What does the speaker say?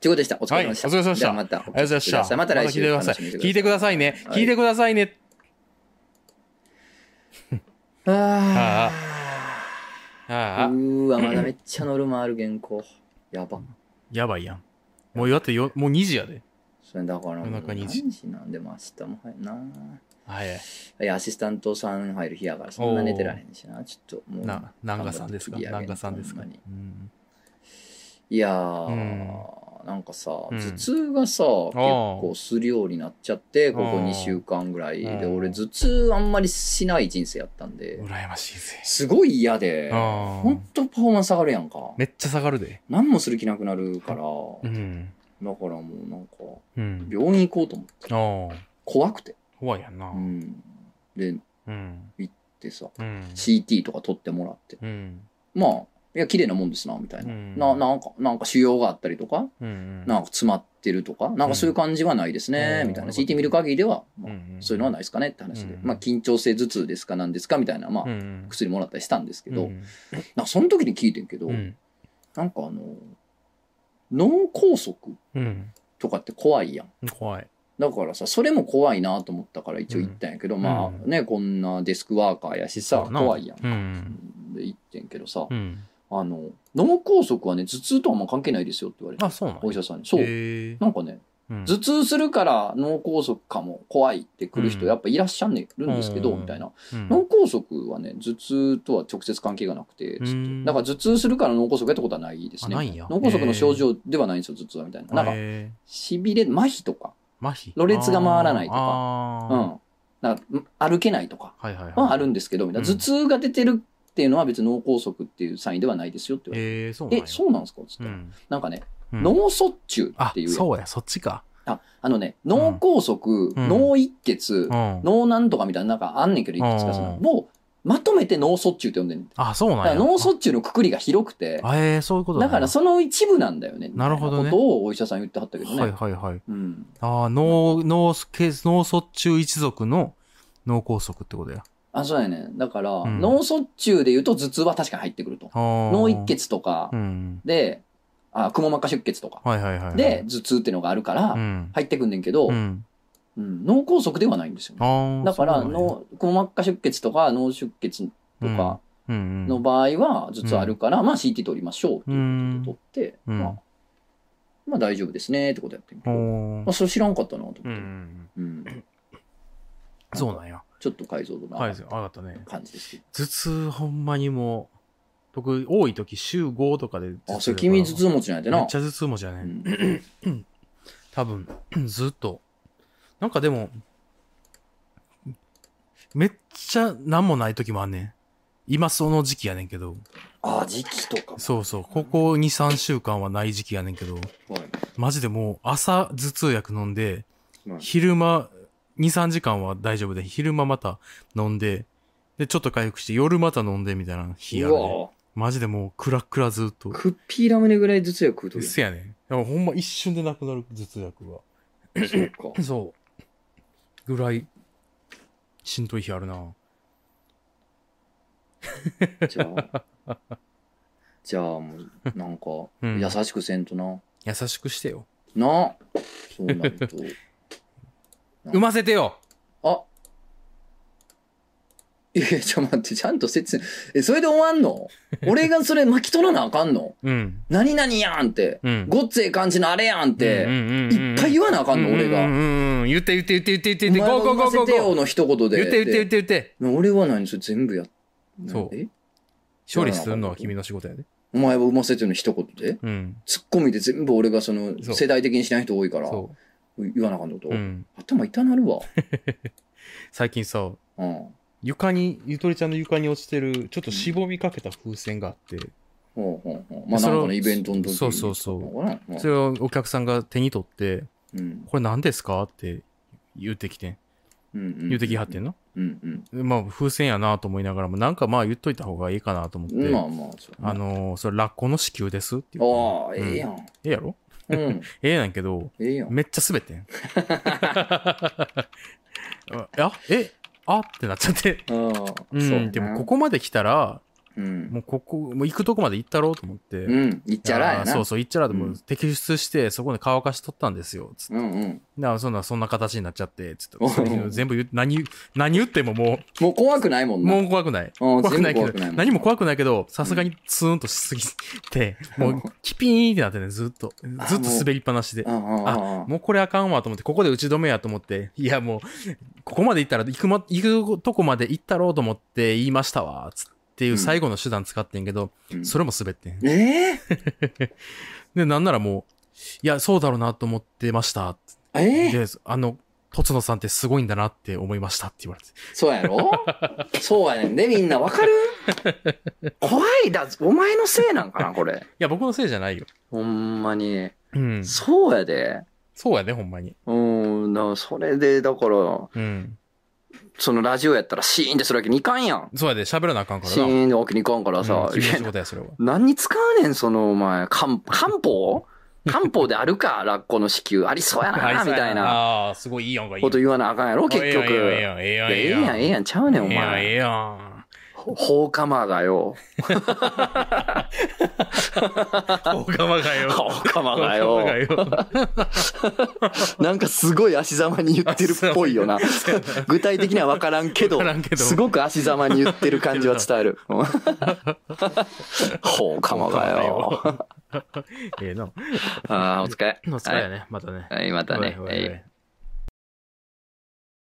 ということでした。お疲れ様でした。はいお疲れ様でしたはまたお聞きくありがとうございまだしさた。また来週聞いてくださ楽しい。みにして聞いてくださいね。聞いてください ね。あああ。あう、ーわ、まだめっちゃノルマある原稿。やば。やばいやん。もうだってよ、もう2時やで。それだからもう夜中何に時時なんでも明日も早いな。はい。いや、アシスタントさん入る日やから、そんな寝てられへんしな。ちょっともう。な、南賀さんですか頑張って南賀さんですかほまにうん。いやー、なんかさ、頭痛がさ、結構するようになっちゃって、ここあー2週間ぐらい。で、うん俺、頭痛あんまりしない人生やったんで、羨ましいぜ。すごい嫌で、あほあん。とパフォーマンス上がるやんか。めっちゃ下がるで。何もする気なくなるから、だからもうん。うなんか、うん。病院行こうと思って。ああ。怖くて。怖いやんなう。ん。で、うん。でさ、うん。 CT とか取ってもらって。うん。まあ、いや、綺麗なもんですな、みたいな。うんな、なんか、なんか腫瘍があったりとか、うん。なんか詰まってるとか、なんかそういう感じはないですね、うんみたいな。うん CT 見る限りでは、うまあん。そういうのはないですかねって話で。うんまあ、緊張性頭痛ですか、なんですかみたいな、まあ、うん。薬もらったりしたんですけど、うんなんかその時に聞いてんけど、うん。なんかあの、脳梗塞うん。とかって怖いやん。怖い。だからさ、それも怖いなと思ったから一応行ったんやけど、まあうんね、こんなデスクワーカーやしさ、そうやな怖いやん。うん。で行ってんけどさ、うん。あの、脳梗塞はね、頭痛とはあんま関係ないですよって言われてあ、、そうなんお医者さんに。そう。へえなんかね、うん頭痛するから脳梗塞かも怖いって来る人うんやっぱいらっしゃんねるんですけど、うんみたいな。うん脳梗塞はね、頭痛とは直接関係がなくて、つうってんだから頭痛するから脳梗塞やったことはないですね。あないんや脳梗塞の症状ではないんですよ、頭痛はみたいな。なんか、えしびれ、麻痺とか、ー麻痺ろれつが回らないとかあーうあーん。なんか、歩けないとかはいはいはいはあるんですけど、みたいな。う頭ん痛が出てるっていうのは別に脳梗塞っていうサインではないですよって言われて。えーそうなんえや、そうなんですかつって、うんなんかね、うん脳卒中っあていうやつそうやそっちかあ、あのね、脳梗塞、ん脳一血、うん脳なんとかみたいな、なんかあんねんけど、いくつかその、うんもう、まとめて脳卒中って呼んでんねん。あそうなんだからや脳卒中のくくりが広くて、あえーそういうことだからそその一部なんだよね。なるほどみねたいなことをお医者さん言ってはったけどね。はいはいはいうん。ああ脳脳ケース脳卒中一族の脳梗塞ってことやあ、そうやね。だから、うん脳卒中で言うと頭痛は確かに入ってくると。脳脳一血とかうんで、あ、くも膜下出血とかはいはいはいはいで、頭痛ってのがあるからう、ん入ってくんねんけど、ううんん脳梗塞ではないんですよねあ。ーだから、そうなんや脳、くも膜下出血とか脳出血とか、うんうんの場合は頭痛あるから、まあ CT 取りましょうっていうことで取って、うんまあ、まあ大丈夫ですねってことやってみおる。まあーそれ知らんかったなと思って、うんうんうんうんそうなんやちょっと解像度はいな分かったね感じですけど。頭痛ほんまにもう僕多い時週5とかで頭あ、痛そやれから君頭痛持ちなんやでめなっち。ゃ頭痛もじゃね、うん多分 ずっとなんかでもめっちゃ何もない時もあんねん今その時期やねんけどあ、時期とかも。そうそうここ23週間はない時期やねんけどはいマジでもう朝頭痛薬飲んではい昼間23時間は大丈夫で昼間また飲んででちょっと回復して夜また飲んでみたいな日あうるわでぁマジでもうクラクラずっとクッピーラムネぐらい頭痛薬食うとうるっせやねんでもほんま一瞬でなくなる頭痛薬はやん。そうか。そう。ぐらい、しんどい日あるな。じゃあ、じゃあもう、なんか、うん優しくせんとな。優しくしてよ。なそうなると。産ませてよあいやいや、ちょ、待って、ちゃんと説明。え、それで終わんの俺がそれ巻き取らなあかんのうん。何々やんって。うん。ごっつええ感じのあれやんって。いっぱい言わなあかんの、俺うんが。うんうん。言って言って言って言って言ってお前言って。がゴーゴ産ーまゴーゴせてーよゴー。の一言で。。言って言って言ってて言って。俺は何それ全部やっそうえ勝利するのは君の仕事やで。お前は産ませてよの一言でうん。ツッコミで全部俺がその、そう世代的にしない人多いから、そ言わなあかんのこと、う。うん。頭痛なるわ。 最近さ、うん。床に、ゆとりちゃんの床に落ちてる、ちょっとしぼみかけた風船があって、ほうほうほう。まあ、そなんれをかのイベントの時にそうそうそう。なんかなまあそれをお客さんが手に取って、うん。これ何ですかって言ってきてん。うん。言ってきはってんのうんうん。まあ、風船やなと思いながらも、なんかまあ言っといた方がいいかなと思って、まあまあ、そうあのーそれラッコの支給ですって言って、ああ、ええやん。 ええやろうん、ええなんやけど、ええやん。めっちゃ滑ってん。 あ、えあってなっちゃって。ああ、うん、でもここまで来たら、うん。もうここ、もう行くとこまで行ったろうと思って。うん。いっちゃらやあーな。そうそう、行っちゃらでもううん摘出して、そこで乾かしとったんですよ。つってうんうん。なあそんな、そんな形になっちゃって、つっおて。全部言う、何言う、何言ってもももう怖くないもう、んな。もう怖くない。うん怖くないけ全部怖くないど、もん何も怖くないけど、さすがにツーンとしすぎて、もう、キピーンってなってね、ずっと。あずっと滑りっぱなしでう。んうんうんうん。もうこれあかんわと思って、ここで打ち止めやと思って、いやもう、ここまで行ったら、行くま、行くとこまで行ったろうと思って言いましたわ、つっていう最後の手段使ってんけど、うんそれも滑ってん。えーで、なんならもう、いや、そうだろうなと思ってました。えーで、あの、とつのさんってすごいんだなって思いましたって言われて。そうやろそうやねんで、みんなわかる怖いだ、お前のせいなんかな、これい。や、僕のせいじゃないよ。ほんまに。うん。そうやで。そうやね、ほんまに。うん、だからそれで、だから、うん。そのラジオやったらシーンってするわけにいかんやん。そうやで、喋らなあかんからシな。ーンでわけにいかんからさ。うん、い君のや仕事や、それは。何に使うねん、その、お前、漢漢方 漢方であるか、ラッコの支 給。ありそうやな、みたいなああー、すごいいいやんか、いいやこんと言わなあかんやろ、結局。いええややん、ええやん、ええやん、ええええやん。やん、ちゃうねん、おええやん、ええ前。やん。 放火魔がよ。おかまがよ。放火魔がおかまよ。よ。 なんかすごい足ざまに言ってるっぽい よな。 具体的には分からんけどわからんけ、どすごく足ざまに言ってる感じは伝え る。放火魔 がよ。ええな。ああ、お疲れ。お疲れやね、またね。はい、はいまたね。おいおはいおいい